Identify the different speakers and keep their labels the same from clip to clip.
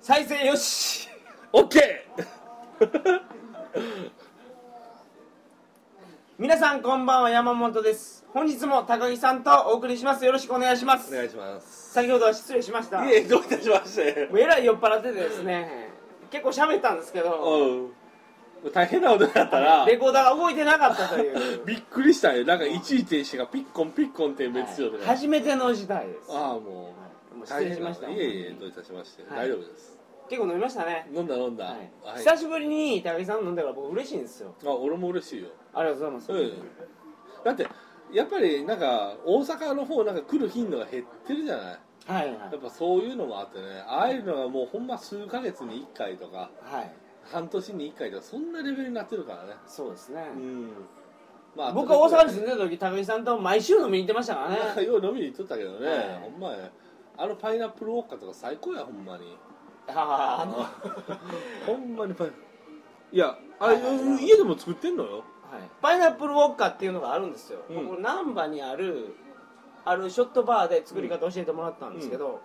Speaker 1: 再生よし
Speaker 2: オッケー
Speaker 1: 皆さんこんばんは山本です本日も高木さんとお送りしますよろしくお願いしま
Speaker 2: お
Speaker 1: す
Speaker 2: 願いします
Speaker 1: 先ほどは失礼しました
Speaker 2: いえどういたしまして
Speaker 1: もうえらい酔っ払っててですね結構喋ったんですけど
Speaker 2: うん大変なことになったら
Speaker 1: レコーダーが動いてなかったと いう
Speaker 2: びっくりしたねなんか一時停止がピッコンピッコン点滅するよね、
Speaker 1: 初めての事態です
Speaker 2: ああもう,、
Speaker 1: もう失礼しました
Speaker 2: 大変ないえいえどういたしまして、
Speaker 1: はい
Speaker 2: 大丈夫です
Speaker 1: 結構飲みましたね、
Speaker 2: 飲んだ飲んだ、
Speaker 1: はい
Speaker 2: はい
Speaker 1: 久しぶりに高木さん飲んだから僕嬉しいんですよ
Speaker 2: あ俺も嬉しいよ
Speaker 1: ありがとうござ
Speaker 2: う
Speaker 1: います
Speaker 2: んだってやっぱりなんか大阪の方なんか来る頻度が減ってるじゃない
Speaker 1: はいはい
Speaker 2: やっぱそういうのもあってねああいうのがもうほんま数ヶ月に1回とか
Speaker 1: はい
Speaker 2: 半年に1回とかそんなレベルになってるからね
Speaker 1: そうですね、
Speaker 2: うんまあ
Speaker 1: 僕は大阪に
Speaker 2: ね
Speaker 1: 住んでた時高木さんと毎週飲みに行ってましたからね
Speaker 2: なんか よう飲みに行っとったけどね、
Speaker 1: はい
Speaker 2: ほんまやあのパイナップルウォッカとか最高やほんまに
Speaker 1: あああのは
Speaker 2: ほんまにパイいやあれ、
Speaker 1: はいはいはい
Speaker 2: 家でも作ってんのよ
Speaker 1: いパイナップルウォッカっていうのがあるんですよ、
Speaker 2: うん
Speaker 1: ここ難波にあるあるショットバーで作り方教えてもらったんですけど、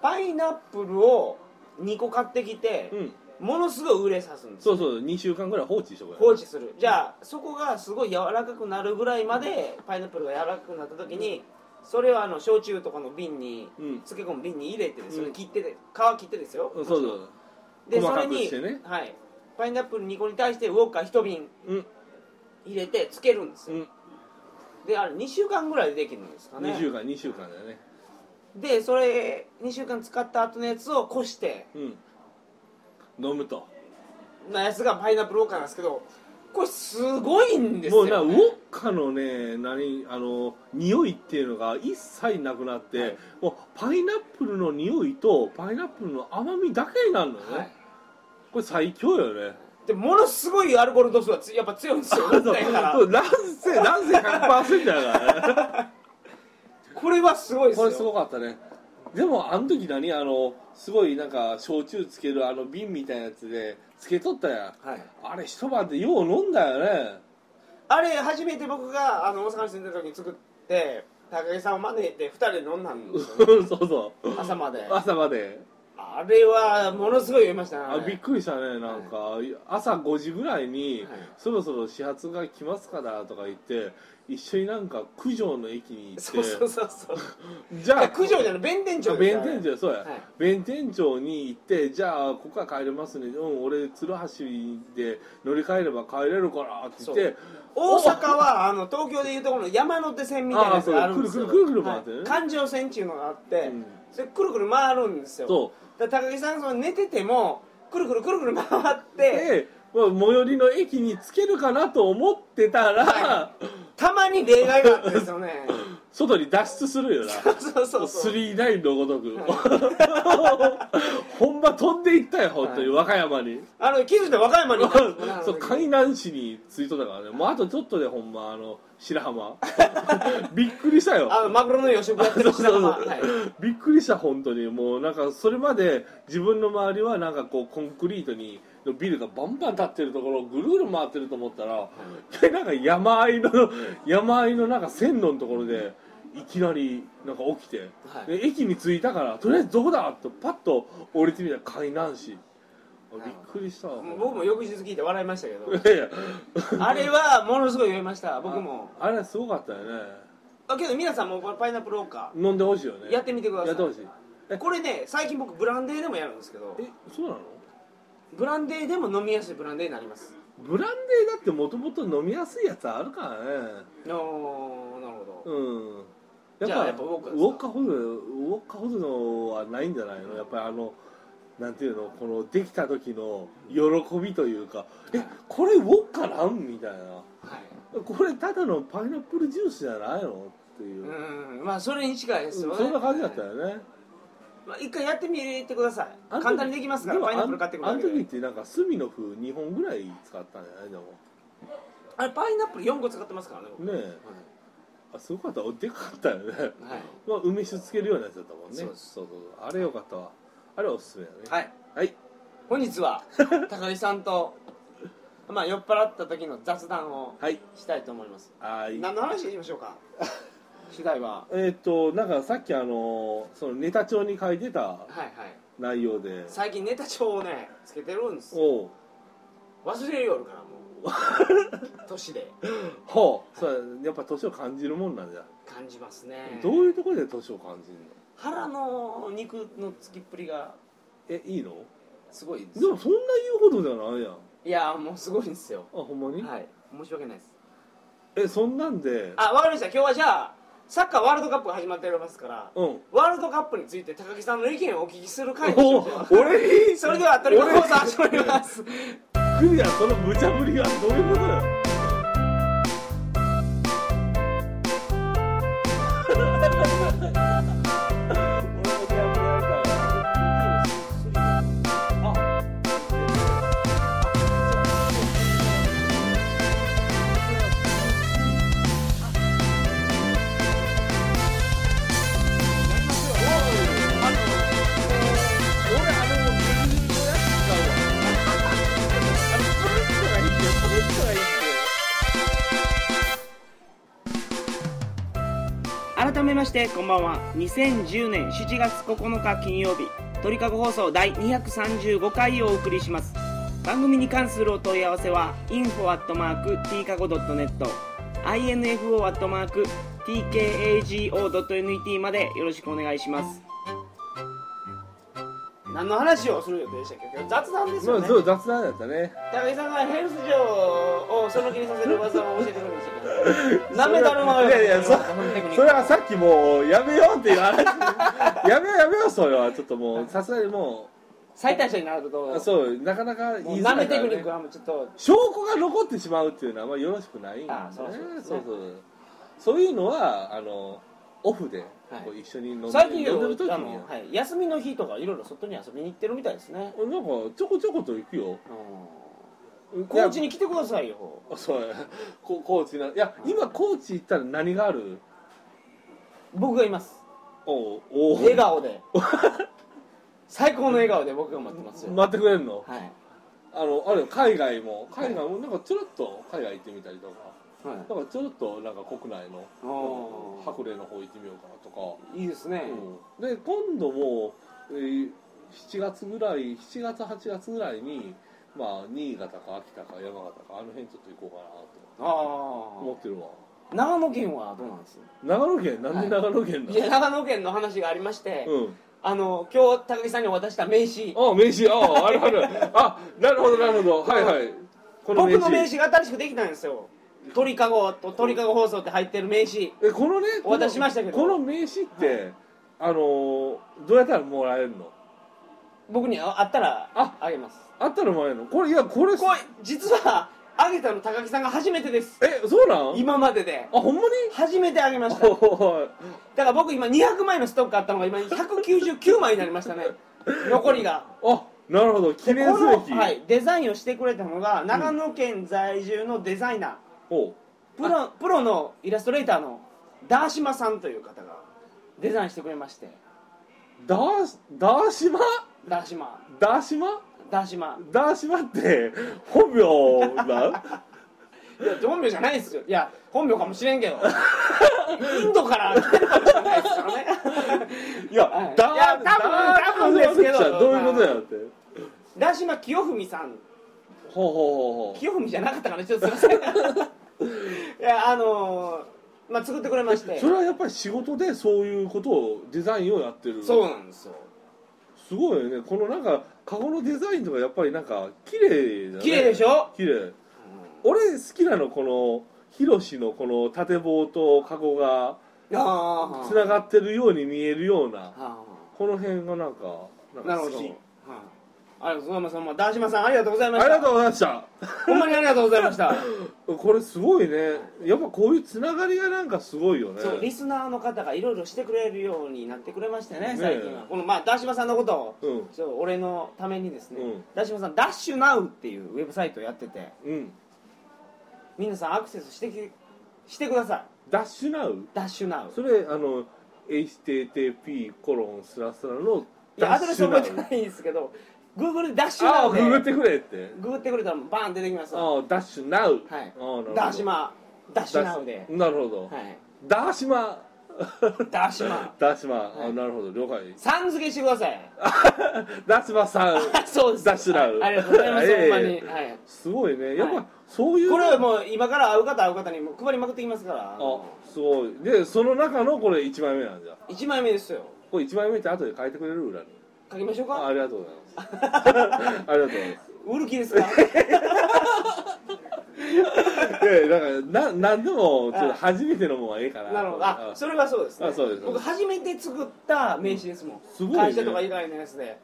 Speaker 1: パイナップルを2個買ってきて、
Speaker 2: うん
Speaker 1: ものすごい熟れさすんです
Speaker 2: そ
Speaker 1: よ
Speaker 2: うそう2週間ぐらい放置しとく
Speaker 1: 放置するじゃあそこがすごい柔らかくなるぐらいまでパイナップルが柔らかくなった時にそれをあの焼酎とかの瓶に、
Speaker 2: うん
Speaker 1: 漬け込む瓶に入れてですよ、
Speaker 2: うん
Speaker 1: 切ってて皮切ってですよ
Speaker 2: うんそうそう
Speaker 1: で
Speaker 2: 細
Speaker 1: そ
Speaker 2: か
Speaker 1: れ
Speaker 2: く
Speaker 1: に
Speaker 2: してね
Speaker 1: はい、パイナップル2個に対してウォッカ1瓶
Speaker 2: うん
Speaker 1: 入れてつけるんです
Speaker 2: う
Speaker 1: よ、
Speaker 2: ん
Speaker 1: であれ2週間ぐらいでできるんですかね
Speaker 2: 2週間2週間だよね
Speaker 1: でそれ2週間使った後のやつをこして
Speaker 2: うん飲むと
Speaker 1: なやつがパイナップルウォッカなんですけどこれすごいんです
Speaker 2: も
Speaker 1: よ、
Speaker 2: う
Speaker 1: ね、
Speaker 2: なウォッカのね何あの匂いっていうのが一切なくなって、
Speaker 1: はい
Speaker 2: もうパイナップルの匂いとパイナップルの甘みだけになるのね、
Speaker 1: はい
Speaker 2: これ最強よね
Speaker 1: でものすごいアルコール度数がつやっぱ強いんですよ
Speaker 2: そう
Speaker 1: だから
Speaker 2: そうなんせなんせ100%やからね
Speaker 1: これはすごいです
Speaker 2: こ
Speaker 1: よ
Speaker 2: れすごかったねでもあの時何あのすごいなんか焼酎つけるあの瓶みたいなやつでつけとったやん
Speaker 1: はい、
Speaker 2: あれ一晩でよう飲んだよね
Speaker 1: あれ初めて僕があの大阪に住んでた時に作って高木さんを招いて2人で飲んだんです よ、ね、
Speaker 2: そうそう
Speaker 1: 朝まで
Speaker 2: 朝まで
Speaker 1: あれはものすごい酔いましたね
Speaker 2: あびっくりしたねなんか、朝5時ぐらいに、
Speaker 1: はい
Speaker 2: そろそろ始発が来ますからとか言って一緒になんか九条の駅に行って
Speaker 1: そうそうそうそう
Speaker 2: じゃあ
Speaker 1: 九条じゃない弁天町
Speaker 2: あ
Speaker 1: ですか
Speaker 2: 弁
Speaker 1: ら
Speaker 2: 天町そうや、
Speaker 1: はい
Speaker 2: 弁天町に行ってじゃあここから帰れますねうん俺鶴橋で乗り換えれば帰れるからって言っ
Speaker 1: そ
Speaker 2: て
Speaker 1: う大阪はあの東京でいうところの山手線みたいなやつがあるんですよ
Speaker 2: あーそうくるくるくるくる回ってね
Speaker 1: はい環状線っていうのがあって、
Speaker 2: うん
Speaker 1: それくるくる回るんですよ
Speaker 2: そう
Speaker 1: だから高木さんその寝ててもくるくるくるくる回って
Speaker 2: で、まあ、最寄りの駅に着けるかなと思ってたら、
Speaker 1: はたまに例外があってですよ ね
Speaker 2: 外に脱出するよな
Speaker 1: そうそうそう
Speaker 2: 3ラインのごとく、ほんま飛んでいったよ本当に、
Speaker 1: は
Speaker 2: 和歌山に
Speaker 1: あの気づいたら和歌山にいたんですもんねあの時
Speaker 2: そう海南市に着いとったからねもうあとちょっとでほんまあの 白浜びっくりしたよ
Speaker 1: あのマグロの養殖やってる人が、
Speaker 2: そうそうそう
Speaker 1: はい、
Speaker 2: びっくりした本当にもうなんかそれまで自分の周りはなんかこうコンクリートにのビルがバンバン建ってるところをぐるぐる回ってると思ったら、なんか山あいの山あいのなんか線路のところでいきなりなんか起きて、
Speaker 1: はい
Speaker 2: で駅に着いたからとりあえずどこだとパッと降りてみたら海南市あびっくりしたわ
Speaker 1: もう僕も翌日聞いて笑いましたけど
Speaker 2: いやいや
Speaker 1: あれはものすごい言いました僕も
Speaker 2: ああれすごかったよね
Speaker 1: あけど皆さんもこれパイナップルウォッカ
Speaker 2: 飲んでほしいよね
Speaker 1: やってみてください
Speaker 2: やってほしいえ
Speaker 1: これね最近僕ブランデーでもやるんですけど
Speaker 2: えそうなの
Speaker 1: ブランデーでも飲みやすいブランデーになります
Speaker 2: ブランデーだってもともと飲みやすいやつあるからね
Speaker 1: おーなるほど
Speaker 2: うん
Speaker 1: じゃあやっぱウ
Speaker 2: ウ
Speaker 1: ォッカですか
Speaker 2: ォッカほどウォッカほどのはないんじゃないのやっぱりあのなんていうのこのできた時の喜びというか、えこれウォッカなんみたいな
Speaker 1: はい
Speaker 2: これただのパイナップルジュースじゃないのっていう、
Speaker 1: うんまあそれに近いですよね
Speaker 2: そんな感じだったよね、
Speaker 1: まあ一回やってみてください
Speaker 2: あの時
Speaker 1: 簡単にできますから
Speaker 2: も
Speaker 1: パイナップル買ってくる
Speaker 2: あ
Speaker 1: だ
Speaker 2: んあの
Speaker 1: け
Speaker 2: 時っ
Speaker 1: で
Speaker 2: てなんかスミノフ2本ぐらい使ったんじゃないでも
Speaker 1: あれパイナップル4個使ってますからね僕
Speaker 2: ねえあすごかったでかかったよね
Speaker 1: はい
Speaker 2: まあ、梅酒つけるようなやつだったもんね
Speaker 1: そうです
Speaker 2: そうそうそうあれよかったわあれはおすすめだね
Speaker 1: はい
Speaker 2: はい
Speaker 1: 本日 は高木さんとまあ酔っ払った時の雑談を
Speaker 2: はい
Speaker 1: したいと思います
Speaker 2: はい
Speaker 1: 何の話しましょう か主題は
Speaker 2: えーっ、となんかさっきあのそのネタ帳に書いてた
Speaker 1: はいはい
Speaker 2: 内容で
Speaker 1: 最近ネタ帳をねつけてるんですよ
Speaker 2: おう
Speaker 1: 忘れるよるからも う年で
Speaker 2: ほうそうややっぱ年を感じるもんなんじゃ、
Speaker 1: 感じますね
Speaker 2: どういうところで年を感じるの
Speaker 1: 腹の肉のつきっぷりが
Speaker 2: えいいの
Speaker 1: すごいです
Speaker 2: でもそんな言うほどじゃないやんあ
Speaker 1: いやもうすごいんですよ
Speaker 2: ほんまに、
Speaker 1: はい申し訳ないです
Speaker 2: えそんなんで
Speaker 1: あわかりました今日はじゃあサッカーワールドカップが始まっておりますから
Speaker 2: うん
Speaker 1: ワールドカップについて高木さんの意見をお聞きする回にし
Speaker 2: お
Speaker 1: ま
Speaker 2: う
Speaker 1: しょう
Speaker 2: 俺に
Speaker 1: それでは鳥越さん始まります
Speaker 2: 来るやんその無茶ぶりがどういうことだよ
Speaker 1: 改めましてこんばんは2010年7月9日金曜日鳥かご放送第235回をお送りします番組に関するお問い合わせは info.tkago.net info.tkago.net までよろしくお願いします何の話をする予定でしたっけ雑談です
Speaker 2: ま
Speaker 1: よ
Speaker 2: あ
Speaker 1: ね
Speaker 2: そう雑談だったね
Speaker 1: 高木さんがヘルス嬢をその気にさせる技を教えてくれるんですよなめだるまを
Speaker 2: いやいやそ
Speaker 1: のテクニック
Speaker 2: それはさっきもうやめようっていう話 やめようやめようそれはちょっともうさすがにも
Speaker 1: 最短者になると
Speaker 2: うそうなかなか言いづら
Speaker 1: ないめテ
Speaker 2: から
Speaker 1: ク
Speaker 2: ね
Speaker 1: ニックはもうちょっと
Speaker 2: 証拠が残ってしまうっていうのはあんまよろしくないんでね
Speaker 1: あそうそうです
Speaker 2: そ
Speaker 1: ね
Speaker 2: うそうそういうのはあのオフでこう一緒に飲んで,、
Speaker 1: 最近
Speaker 2: 飲んでる時に
Speaker 1: あの、はい、休みの日とかいろいろ外に遊びに行ってるみたいですね
Speaker 2: なんかちょこちょこと行くよ
Speaker 1: 高知
Speaker 2: に
Speaker 1: に来てくださいよ
Speaker 2: そうやこ高知ないや今高知行ったら何がある
Speaker 1: 僕がいます
Speaker 2: おうおう
Speaker 1: 笑顔で最高の笑顔で僕が待ってますよ、
Speaker 2: 待ってくれんの
Speaker 1: はい、はい
Speaker 2: あのあれ海外も海外もなんかちょろっと海外行ってみたりとかなんかちょろっとなんか国内の
Speaker 1: おー
Speaker 2: 白麗の方行ってみようかなとか、
Speaker 1: いいですね、
Speaker 2: で今度も、えー7月ぐらい7月8月ぐらいにまあ新潟か秋田か山形かあの辺ちょっと行こうかなと
Speaker 1: ああ
Speaker 2: 思ってるわ
Speaker 1: 長野県はどうなんです
Speaker 2: 長野県なんで長野県
Speaker 1: い
Speaker 2: だ、
Speaker 1: や長野県の話がありまして、
Speaker 2: うん
Speaker 1: あの今日高木さんにお渡した名刺
Speaker 2: あ名刺ああるあるあなるほどなるほどはいはいこ
Speaker 1: 僕の名刺が新しくできたんですよ鳥かごと鳥かご放送って入ってる名刺
Speaker 2: えこのね
Speaker 1: お渡ししましたけど
Speaker 2: この名刺って、あのーどうやったらもらえるの
Speaker 1: 僕にああったら
Speaker 2: あ
Speaker 1: あげます
Speaker 2: あったらもらえるのこれいやこれ
Speaker 1: これ実はあげたの高木さんが初めてです
Speaker 2: えそうなん
Speaker 1: 今までで
Speaker 2: あほんま に
Speaker 1: 初めてあげましただ
Speaker 2: おい
Speaker 1: から僕今200枚のストックあったのが今199枚になりました ね残りが
Speaker 2: あなるほど記
Speaker 1: で
Speaker 2: 念すべき
Speaker 1: この、はい、デザインをしてくれたのが長野県在住のデザイナー、
Speaker 2: おう
Speaker 1: プロプロのイラストレーターのダーシマさんという方がデザインしてくれまして
Speaker 2: ダーダーシマ
Speaker 1: ダーシマ
Speaker 2: ダーシマ
Speaker 1: ダーシマ
Speaker 2: ダーシマって 本名なん
Speaker 1: いや本名じゃないですよいや本名かもしれんけどインドから来てるかもしれないですからね
Speaker 2: いや、
Speaker 1: はい
Speaker 2: ダー
Speaker 1: いや多分
Speaker 2: ダー
Speaker 1: 多分ですけど
Speaker 2: じゃあどういうことやって
Speaker 1: ダーシマ清文さん
Speaker 2: ほうほうほうほう
Speaker 1: 清文じゃなかったかなちょっとすいませんいやあのーまあ作ってくれまして
Speaker 2: それはやっぱり仕事でそういうことをデザインをやってる
Speaker 1: そうなんですよ
Speaker 2: すごいよねこのなんか籠のデザインとかやっぱりなんか綺麗だね
Speaker 1: 綺麗でしょ
Speaker 2: 綺麗俺好きなのこのヒロシのこの縦棒と籠が
Speaker 1: ああ
Speaker 2: つながってるように見えるような
Speaker 1: あ
Speaker 2: この辺がなんかな
Speaker 1: あ
Speaker 2: ん
Speaker 1: な
Speaker 2: か
Speaker 1: るほ
Speaker 2: 好
Speaker 1: ど
Speaker 2: き
Speaker 1: はいありがとうございますほんまダーシマさんありがとうございま
Speaker 2: あ
Speaker 1: し
Speaker 2: りがと
Speaker 1: た
Speaker 2: うございました
Speaker 1: ほんまにありがとうございました
Speaker 2: これすごいねやっぱこういうつながりがなんかすごいよね
Speaker 1: そうリスナーの方がいろいろしてくれるようになってくれましてね
Speaker 2: ね
Speaker 1: 最近はこのまあダーシマさんのことを
Speaker 2: うん
Speaker 1: ちょっと俺のためにですね、
Speaker 2: うん
Speaker 1: ダーシマさん「ダッシュナウっていうウェブサイトをやってて
Speaker 2: うん
Speaker 1: 皆さんアクセスしてきしてください
Speaker 2: ダッシュナウ
Speaker 1: ダッシュナウ
Speaker 2: それあの HTTP コロンスラスラの
Speaker 1: いやアドレス覚えて
Speaker 2: ダ
Speaker 1: な
Speaker 2: ッ
Speaker 1: いんですけど Google でダッシ
Speaker 2: シ
Speaker 1: ュ
Speaker 2: ュナ
Speaker 1: ナ
Speaker 2: ウああ
Speaker 1: ウで
Speaker 2: ググってくれって
Speaker 1: ググってくれたらバーン出てきますわ
Speaker 2: ああダッシュナウ
Speaker 1: はい
Speaker 2: ああなるほど
Speaker 1: ダーシマダッシュナウで
Speaker 2: なるほど、
Speaker 1: はい
Speaker 2: ダーシマ
Speaker 1: ダーシマ
Speaker 2: ダーシマ、あなるほど了解
Speaker 1: さん付けしてください
Speaker 2: ダーシマさん
Speaker 1: そうです
Speaker 2: ダッシュラウ
Speaker 1: あありがとうござい ます、
Speaker 2: ええ
Speaker 1: ほんまに、はい、
Speaker 2: すごいねやっぱ、
Speaker 1: はい
Speaker 2: そういう
Speaker 1: これはもう今から会う方会う方にもう配りまくってきますから
Speaker 2: あすごいでその中のこれ1枚目なんじゃ
Speaker 1: 1枚目ですよ
Speaker 2: これ1枚目って後で書いてくれる裏に
Speaker 1: 書きましょう
Speaker 2: あ
Speaker 1: か
Speaker 2: ありがとうござい ますありがとうございます
Speaker 1: 売る気です か
Speaker 2: でだからな何でもちょっと初めてのもんはええから
Speaker 1: なるほどあ
Speaker 2: うん
Speaker 1: それはそうですね
Speaker 2: あそうです
Speaker 1: 僕初めて作った名刺ですもん、
Speaker 2: すごいね
Speaker 1: 会社とか以外のやつで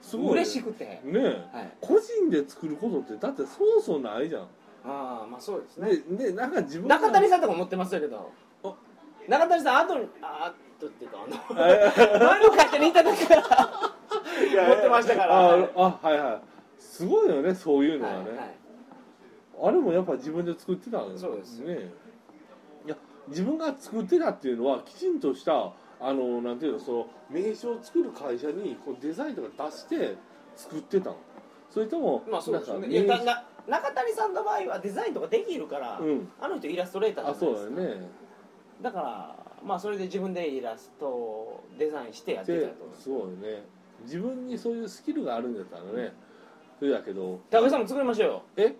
Speaker 1: す
Speaker 2: ごいね
Speaker 1: 嬉しくて、
Speaker 2: ねえ
Speaker 1: はい、
Speaker 2: 個人で作ることってだってそうそうないじゃん
Speaker 1: ああまあそうですね
Speaker 2: ででなんか自分
Speaker 1: 中谷さんとか持ってましたけど
Speaker 2: あ
Speaker 1: 中谷さん後にあ後っていうかあの
Speaker 2: ん
Speaker 1: 前の会社にいた時から持ってましたから
Speaker 2: ああはいはいすごいよねそういうのはね、
Speaker 1: はいはい
Speaker 2: あれもやっぱ自分で作ってたん
Speaker 1: そうです
Speaker 2: ねいや自分が作ってたっていうのはきちんとしたあのなんていうのその名刺を作る会社にこうデザインとか出して作ってたのそれとも
Speaker 1: まあそうですよねい
Speaker 2: な
Speaker 1: やだ
Speaker 2: んか名刺
Speaker 1: な中谷さんの場合はデザインとかできるから、
Speaker 2: うん
Speaker 1: あの人イラストレーターじゃ
Speaker 2: あ
Speaker 1: ない
Speaker 2: そ
Speaker 1: ですか
Speaker 2: うだよね
Speaker 1: だからまあそれで自分でイラストをデザインしてやってた
Speaker 2: で
Speaker 1: と
Speaker 2: すごいね自分にそういうスキルがあるんだったらねそれだけど
Speaker 1: 高橋さんも作りましょうよ
Speaker 2: え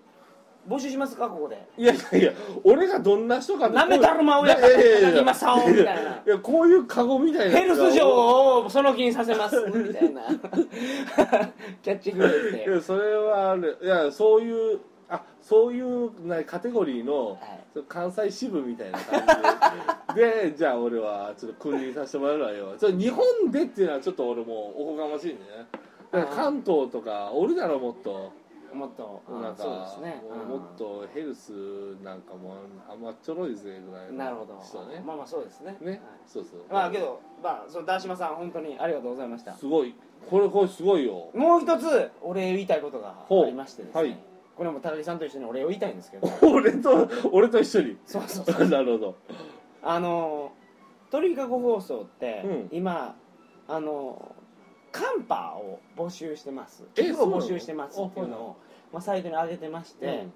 Speaker 1: 募集しますかここで
Speaker 2: いやいやいや俺がどんな人かって
Speaker 1: なめたるま親
Speaker 2: い
Speaker 1: 方
Speaker 2: やいやいやいや
Speaker 1: 今さおみたいない
Speaker 2: やこういうカゴみたいな
Speaker 1: ヘルス嬢をその気にさせますみたい なキャッチフレーズで
Speaker 2: いやそれはあるいやそういうあそういうなカテゴリーの、
Speaker 1: はい
Speaker 2: その関西支部みたいな感 じででじゃあ俺はちょっと君臨させてもらうわよちょっと日本でっていうのはちょっと俺もおこがましいねだから関東とかおるだろもっと
Speaker 1: もっと
Speaker 2: なんか
Speaker 1: そうですね
Speaker 2: もうもっとヘルスなんかも甘っちょろいぜぐらい
Speaker 1: うんなるほど
Speaker 2: 人ね
Speaker 1: まあまあそうですね
Speaker 2: ね、
Speaker 1: はい
Speaker 2: そうそう
Speaker 1: まあけどまあそのダーシマさん本当にありがとうございました
Speaker 2: すごいこれこれすごい よ
Speaker 1: もう一つお礼を言いたいことがありましてですね、
Speaker 2: ほうはい
Speaker 1: これも高木さんと一緒にお礼を言いたいんですけど
Speaker 2: 俺と俺と一緒に
Speaker 1: そうそうそう
Speaker 2: なるほど
Speaker 1: あの鳥かご放送って、
Speaker 2: うん
Speaker 1: 今あのカンパを募集してます
Speaker 2: え
Speaker 1: 寄付を募
Speaker 2: そうな
Speaker 1: 集
Speaker 2: の
Speaker 1: してますっていうの
Speaker 2: あそうな
Speaker 1: を、まあ、サイトに上げてまして、
Speaker 2: うん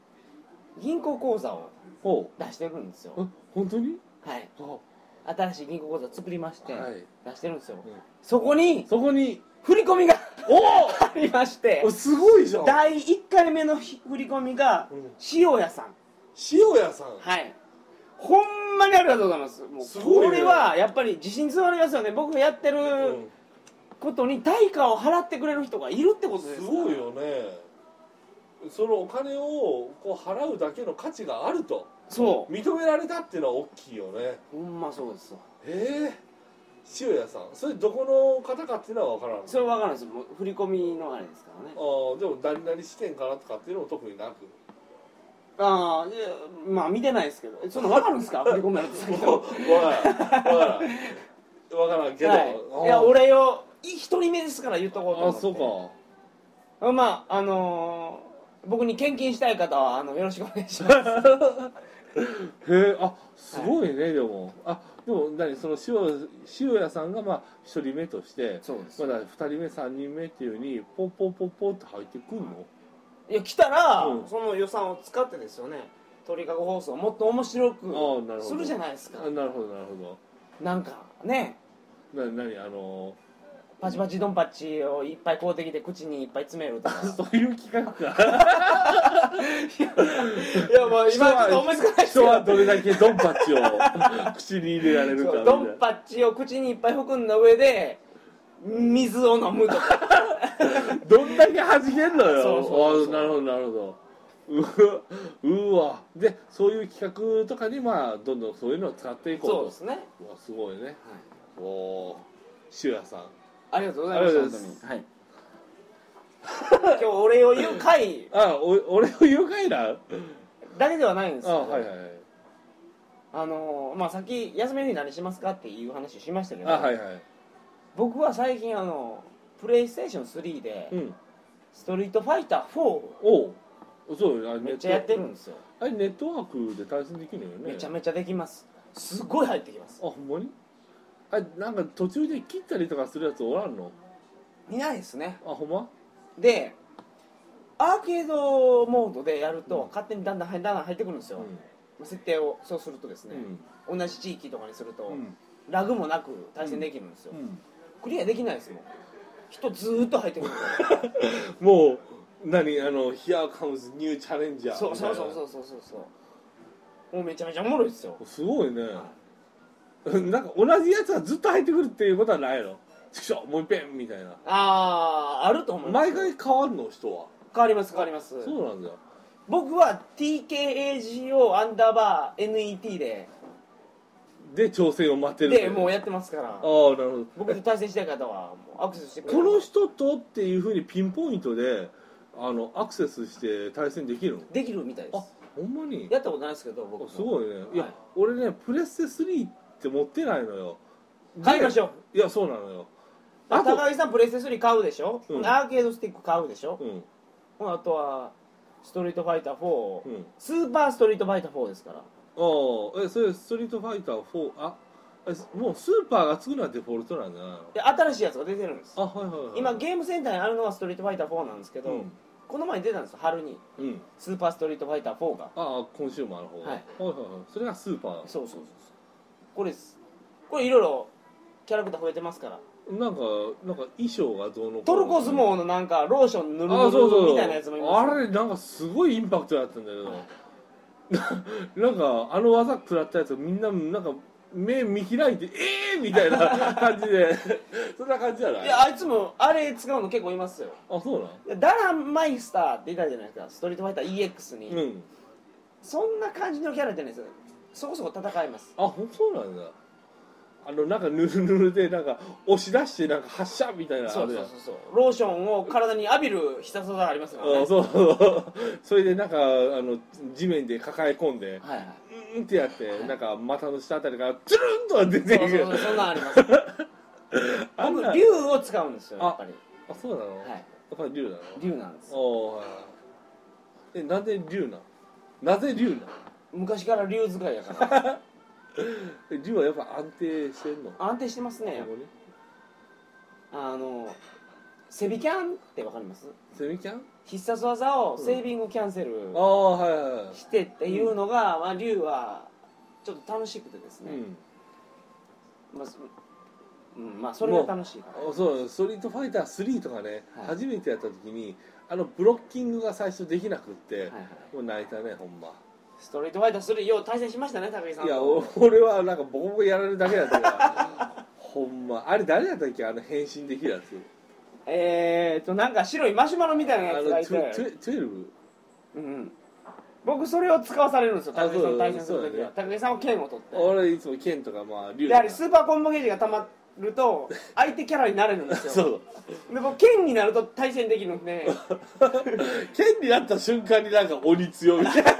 Speaker 1: 銀行口座を
Speaker 2: ほう
Speaker 1: 出してるんですよ、
Speaker 2: え本当に
Speaker 1: はい
Speaker 2: あ
Speaker 1: 新しい銀行口座作りまして、
Speaker 2: はい
Speaker 1: 出してるんですよ、
Speaker 2: ん
Speaker 1: そこに
Speaker 2: そこに
Speaker 1: 振り込みが
Speaker 2: お
Speaker 1: ありまして
Speaker 2: おすごいじゃん
Speaker 1: 第1回目のひ振り込みが
Speaker 2: うん
Speaker 1: 塩屋さん
Speaker 2: 塩屋さん
Speaker 1: はいほんまにありがとうございますもう
Speaker 2: すごいね
Speaker 1: これはやっぱり自信つまりますよね僕がやってる
Speaker 2: うん
Speaker 1: ことに対価を払ってくれる人がいるってことです
Speaker 2: す
Speaker 1: から
Speaker 2: ごいよねそのお金をこう払うだけの価値があると
Speaker 1: そう
Speaker 2: 認められたっていうのは大きいよね
Speaker 1: ほんまそうですわ
Speaker 2: ええ塩屋さんそれどこの方かっていうのは分からんあ
Speaker 1: それは分からないですもう振り込みのあれですからね
Speaker 2: ーでも何々試験かなとかっていうのも特になく
Speaker 1: ああいやまあ見てないですけどえその分かるん ですか振り込みのやつ
Speaker 2: 分からん分からん けど、
Speaker 1: はい、いや
Speaker 2: あー
Speaker 1: 俺よ一人目ですから言っとこうと思
Speaker 2: あ
Speaker 1: って
Speaker 2: そうか
Speaker 1: かまああのー僕に献金したい方はあのよろしくお願いし ます
Speaker 2: へえあすごいね、でもあでも何その塩塩屋さんがまあ1人目として
Speaker 1: そうです
Speaker 2: まだ2人目3人目っていうふうにポンポンポンポンって入ってくんの、
Speaker 1: いや来たら、
Speaker 2: うん
Speaker 1: その予算を使ってですよね鳥かご放送をもっと面白く
Speaker 2: あーなるほど
Speaker 1: するじゃないですか
Speaker 2: あなるほどなるほ
Speaker 1: なんかね
Speaker 2: どな何あの
Speaker 1: パチパチドンパチをいっぱい買うてきて口にいっぱい詰める とか
Speaker 2: ーそういう企画か
Speaker 1: いやもう 今ちょっと思いつかないですけ
Speaker 2: 人
Speaker 1: ど
Speaker 2: はどれだけドンパチを 口に入れられるかみた
Speaker 1: そ
Speaker 2: いうな
Speaker 1: ドンパチを口にいっぱい含んだ上で水を飲むとか
Speaker 2: どんだけ弾けんのよ
Speaker 1: そうそうそうそう
Speaker 2: あーなるほどなるほどうわうわでそういう企画とかにまあどんどん そういうのを使っていこうと
Speaker 1: そうですね、はい、
Speaker 2: うわすごいねおお塩屋さん
Speaker 1: ありがとうございま
Speaker 2: あり
Speaker 1: す
Speaker 2: がとう
Speaker 1: 本
Speaker 2: ご
Speaker 1: 当
Speaker 2: ざいま
Speaker 1: に、はい、今日お礼を言う回
Speaker 2: あお俺を誘拐だ
Speaker 1: だけではないんです
Speaker 2: あ
Speaker 1: けど
Speaker 2: はいはいはい
Speaker 1: あのまあ、さっき休みの日何しますかっていう話しましたけど、
Speaker 2: あはいはい
Speaker 1: 僕は最近あのプレイステーション3で
Speaker 2: うん
Speaker 1: 「ストリートファイター4」を
Speaker 2: おうそうよあれ
Speaker 1: めっち
Speaker 2: ネ
Speaker 1: ゃ
Speaker 2: ット
Speaker 1: やってるんですよ、
Speaker 2: あれネットワークで対戦できるのよね
Speaker 1: めちゃめちゃできますすごい入ってきます
Speaker 2: あほんまにあれなんか途中で切ったりとかするやつおらんの
Speaker 1: いないですね
Speaker 2: あほんま
Speaker 1: でアーケードモードでやると、
Speaker 2: うん
Speaker 1: 勝手にだんだんだんだん入ってくるんですよ、
Speaker 2: うん
Speaker 1: 設定をそうするとですね、
Speaker 2: うん
Speaker 1: 同じ地域とかにすると、
Speaker 2: うん
Speaker 1: ラグもなく対戦できるんですよ、
Speaker 2: うん
Speaker 1: クリアできないですもん人ずーっと入ってくる
Speaker 2: もう何あの「Here comes new challenger」
Speaker 1: そうそうそうそうそうそうそうもうめちゃめちゃおもろいですよ
Speaker 2: すごいね なんか同じやつがずっと入ってくるっていうことはないのちくしょうもういっぺんみたいな
Speaker 1: あああると思います
Speaker 2: 毎回変わるの人は
Speaker 1: 変わります変わります
Speaker 2: そうなんだ
Speaker 1: 僕は TKAGO アンダーバー NET で
Speaker 2: で挑戦を待ってる
Speaker 1: でもうやってますから
Speaker 2: ああなるほど
Speaker 1: 僕と対戦したい方はもうアクセスしてくれ
Speaker 2: この人とっていうふうにピンポイントであのアクセスして対戦できるの
Speaker 1: できるみたいで
Speaker 2: あ
Speaker 1: す
Speaker 2: ほんまに
Speaker 1: やったことないですけど僕も
Speaker 2: あすごいねいや、
Speaker 1: はい
Speaker 2: 俺ねプレステ3って持ってないのよ
Speaker 1: 買いまし
Speaker 2: ょ
Speaker 1: ょう
Speaker 2: ういやそうなのよあと
Speaker 1: 高木さんプレステ3買うでしょ、
Speaker 2: うん
Speaker 1: アーケードスティック買うでしょ
Speaker 2: う、ん
Speaker 1: ほなあとはストリートファイター4、
Speaker 2: うん
Speaker 1: スーパーストリートファイター4ですから
Speaker 2: ああえそれストリートファイター4あえもうスーパーがつくのはデフォルトなんじゃないの
Speaker 1: で新しいやつが出てるんです
Speaker 2: あはいはい、はい、
Speaker 1: 今ゲームセンターにあるのはストリートファイター4なんですけど、
Speaker 2: うん
Speaker 1: この前に出たんですよ春に
Speaker 2: うん
Speaker 1: スーパーストリートファイター4が
Speaker 2: ああコンシューマーの方
Speaker 1: はい
Speaker 2: はいはいはいそれがスーパ
Speaker 1: そうそうそうそうこれですこれいろいろキャラクター増えてますから
Speaker 2: ーなんかなんか衣装がどうのこうの
Speaker 1: トルコ相撲のなんかローション塗る
Speaker 2: あそう
Speaker 1: 塗
Speaker 2: そ
Speaker 1: る
Speaker 2: う
Speaker 1: みたいなやつもいます
Speaker 2: あれなんかすごいインパクトだったんだけど、
Speaker 1: はい
Speaker 2: なんかあの技食らったやつみんななんか目見開いてええー、みたい な感じでそんな感じじゃない
Speaker 1: いやあいつもあれ使うの結構いますよ
Speaker 2: あそうなん
Speaker 1: ダランマイスターっていたじゃないですかストリートファイター EX に、
Speaker 2: うん
Speaker 1: そんな感じのキャラじゃないですよそこそこ戦います
Speaker 2: あほんそうなんだあのなんかぬるぬるでなんか押し出してなんか発射みたいなの
Speaker 1: そ
Speaker 2: あ
Speaker 1: う
Speaker 2: る
Speaker 1: そ
Speaker 2: や
Speaker 1: うんそうそうローションを体に浴びる必殺技がありますからね
Speaker 2: あそうそう それでなんかあの地面で抱え込んで
Speaker 1: はいはいう
Speaker 2: ーんってやってなんか股の下あたりからつるんとは出てい
Speaker 1: そ
Speaker 2: く
Speaker 1: うそうそうそんなんあります
Speaker 2: あんな
Speaker 1: 僕竜を使うんですよ
Speaker 2: あ
Speaker 1: やっぱり
Speaker 2: あそうなの、
Speaker 1: は
Speaker 2: や
Speaker 1: い
Speaker 2: っぱり竜なの
Speaker 1: 竜なんですよ
Speaker 2: おおはいはいえなぜ竜なのなぜ竜なの
Speaker 1: 昔から竜使いやから
Speaker 2: え竜はやっぱ安定してんの
Speaker 1: 安定してますね
Speaker 2: ここに
Speaker 1: あのセビキャンってわかります
Speaker 2: セミキャン
Speaker 1: 必殺技をセービングキャンセル
Speaker 2: ああはいはいはい
Speaker 1: してっていうのが、まあ、竜はちょっと楽しくてです
Speaker 2: う
Speaker 1: ね、
Speaker 2: ん
Speaker 1: まあそうんまあ、それが楽しいから
Speaker 2: あそうなのストリートファイター3とかね、
Speaker 1: はい
Speaker 2: 初めてやった時にあのブロッキングが最初できなくって、
Speaker 1: はいはい
Speaker 2: もう泣いたねほんま
Speaker 1: ストリートファイター3よう対戦しましたね高木さん
Speaker 2: い
Speaker 1: と
Speaker 2: やお俺はなんかボコボコやられるだけだっ たからほんまあれ誰だったっけあの変身できるやつ
Speaker 1: えー、っとなんか白いマシュマロみたいな
Speaker 2: あ
Speaker 1: や
Speaker 2: の
Speaker 1: つがい
Speaker 2: 12
Speaker 1: て、
Speaker 2: 12
Speaker 1: うんうん、僕それを使わされるんですよ高木さんと対戦するときは
Speaker 2: あそう
Speaker 1: 高木さんは剣を取って
Speaker 2: 俺いつも剣とかまあ竜
Speaker 1: であれスーパーコンボゲージがたまると相手キャラになれるんですよ
Speaker 2: そう
Speaker 1: で僕剣になると対戦できるん で
Speaker 2: 剣になった瞬間になんか鬼 強いみたいな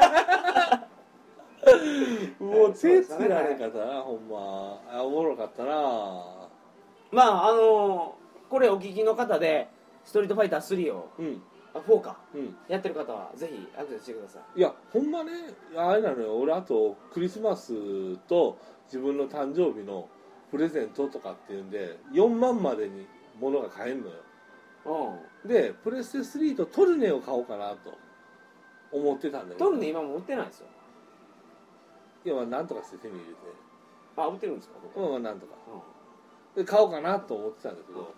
Speaker 2: もう手つられんかったなほんまあおもろかったな
Speaker 1: まああのーこれお聞きの方で「ストリートファイター3を」
Speaker 2: うん
Speaker 1: あ4か
Speaker 2: うん
Speaker 1: やってる方はぜひアクセスしてください
Speaker 2: いやほんまねあれなのよ俺あとクリスマスと自分の誕生日のプレゼントとかっていうんで4万までに物が買えるのよ
Speaker 1: う
Speaker 2: でプレステ3とトルネを買おうかなと思ってたんだ
Speaker 1: ん
Speaker 2: けど
Speaker 1: トルネ今もう売ってないんですよ
Speaker 2: いやまあなんとかして手に入れて
Speaker 1: あ売ってるんですかここ
Speaker 2: まあまあなんとか
Speaker 1: うん
Speaker 2: で買おうかなと思ってたんだけど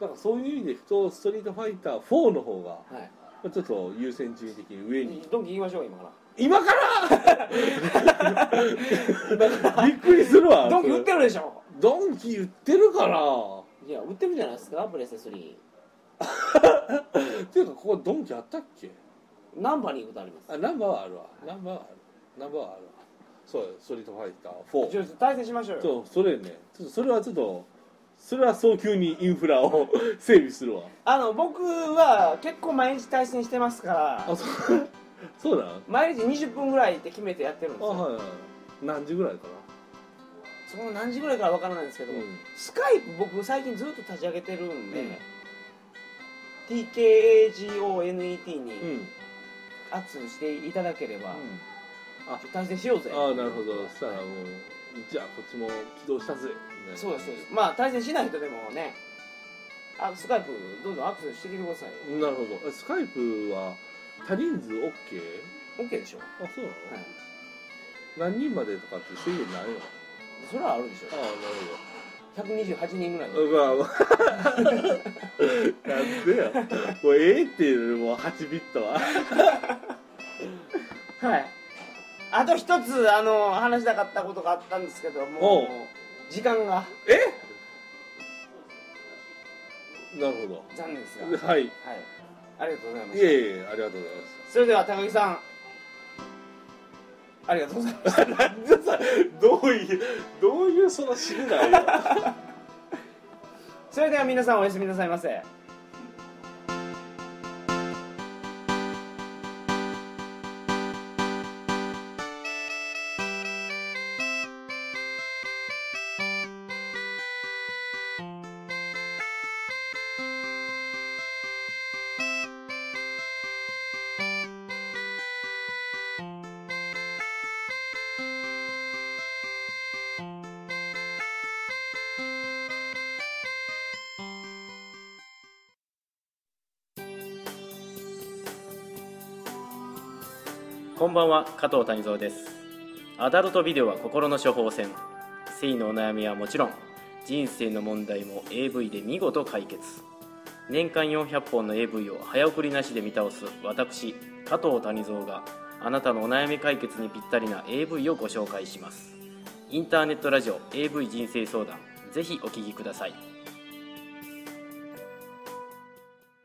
Speaker 2: なんかそういう意味でふと「ストリートファイター4」の方が
Speaker 1: はい
Speaker 2: まあちょっと優先順位的に上に
Speaker 1: ドンキ行きましょう今か
Speaker 2: 今 からびっくりするわ
Speaker 1: らドンキ売って
Speaker 2: る
Speaker 1: るでしょ
Speaker 2: ドンキ売ってるかない
Speaker 1: や売ってるんじゃないですかプレステ3
Speaker 2: っていうかここドンキあったっけ
Speaker 1: ナンバーに行くことあります
Speaker 2: あナンバーはあるわナンバーはあるナンバーはあるわそうよストリートファイター4
Speaker 1: ちょっと対戦しましょうよ
Speaker 2: そうそれねちょっとそれはちょっとそれは早急にインフラを 整備するわ
Speaker 1: あの僕は結構毎日対戦してますから
Speaker 2: あそう そうだあ
Speaker 1: 毎日20分ぐらいって決めてやってるんですよ
Speaker 2: はいはい何時ぐらいか
Speaker 1: その何時ぐらいからわからないんですけ
Speaker 2: な
Speaker 1: ど、
Speaker 2: うん
Speaker 1: スカイプ僕最近ずっと立ち上げてるんで、
Speaker 2: うん
Speaker 1: TKAGONET
Speaker 2: う
Speaker 1: に
Speaker 2: ん
Speaker 1: アクセスしていただければ、
Speaker 2: あ
Speaker 1: 対戦しようぜ
Speaker 2: ああなるほどそしたらもうじゃあこっちも起動したぜ
Speaker 1: そうですそうですまあ対戦しない人でもねあスカイプどんどんアクセスしてきてくださいよ
Speaker 2: すなるほどえスカイプは多人数 OK?
Speaker 1: OK でしょ、は
Speaker 2: あそうなの、
Speaker 1: い、
Speaker 2: 何人までとかって制限ないの
Speaker 3: それはあるでし
Speaker 2: ああ
Speaker 3: ょ128人ぐらい
Speaker 2: なるほどうわま あなんでやもうええっていうもう8ビットは
Speaker 3: はいあと一つあの話したかったことがあったんですけども
Speaker 2: おう
Speaker 3: う時間が
Speaker 2: なるほ
Speaker 3: 残念ですが
Speaker 2: どはいい
Speaker 3: はいありがとうございま
Speaker 2: え
Speaker 3: す
Speaker 2: いえありがとうございます
Speaker 3: それでは高木さんありがとうございました
Speaker 2: なんでさどういうどういうその死ねないよ
Speaker 3: それでは皆さんおやすみなさいませ
Speaker 1: こんばんは加藤谷蔵ですアダルトビデオは心の処方箋性のお悩みはもちろん人生の問題も AV で見事解決年間400本の AV を早送りなしで見倒す私加藤谷蔵があなたのお悩み解決にぴったりな AV をご紹介しますインターネットラジオ AV 人生相談ぜひお聞きください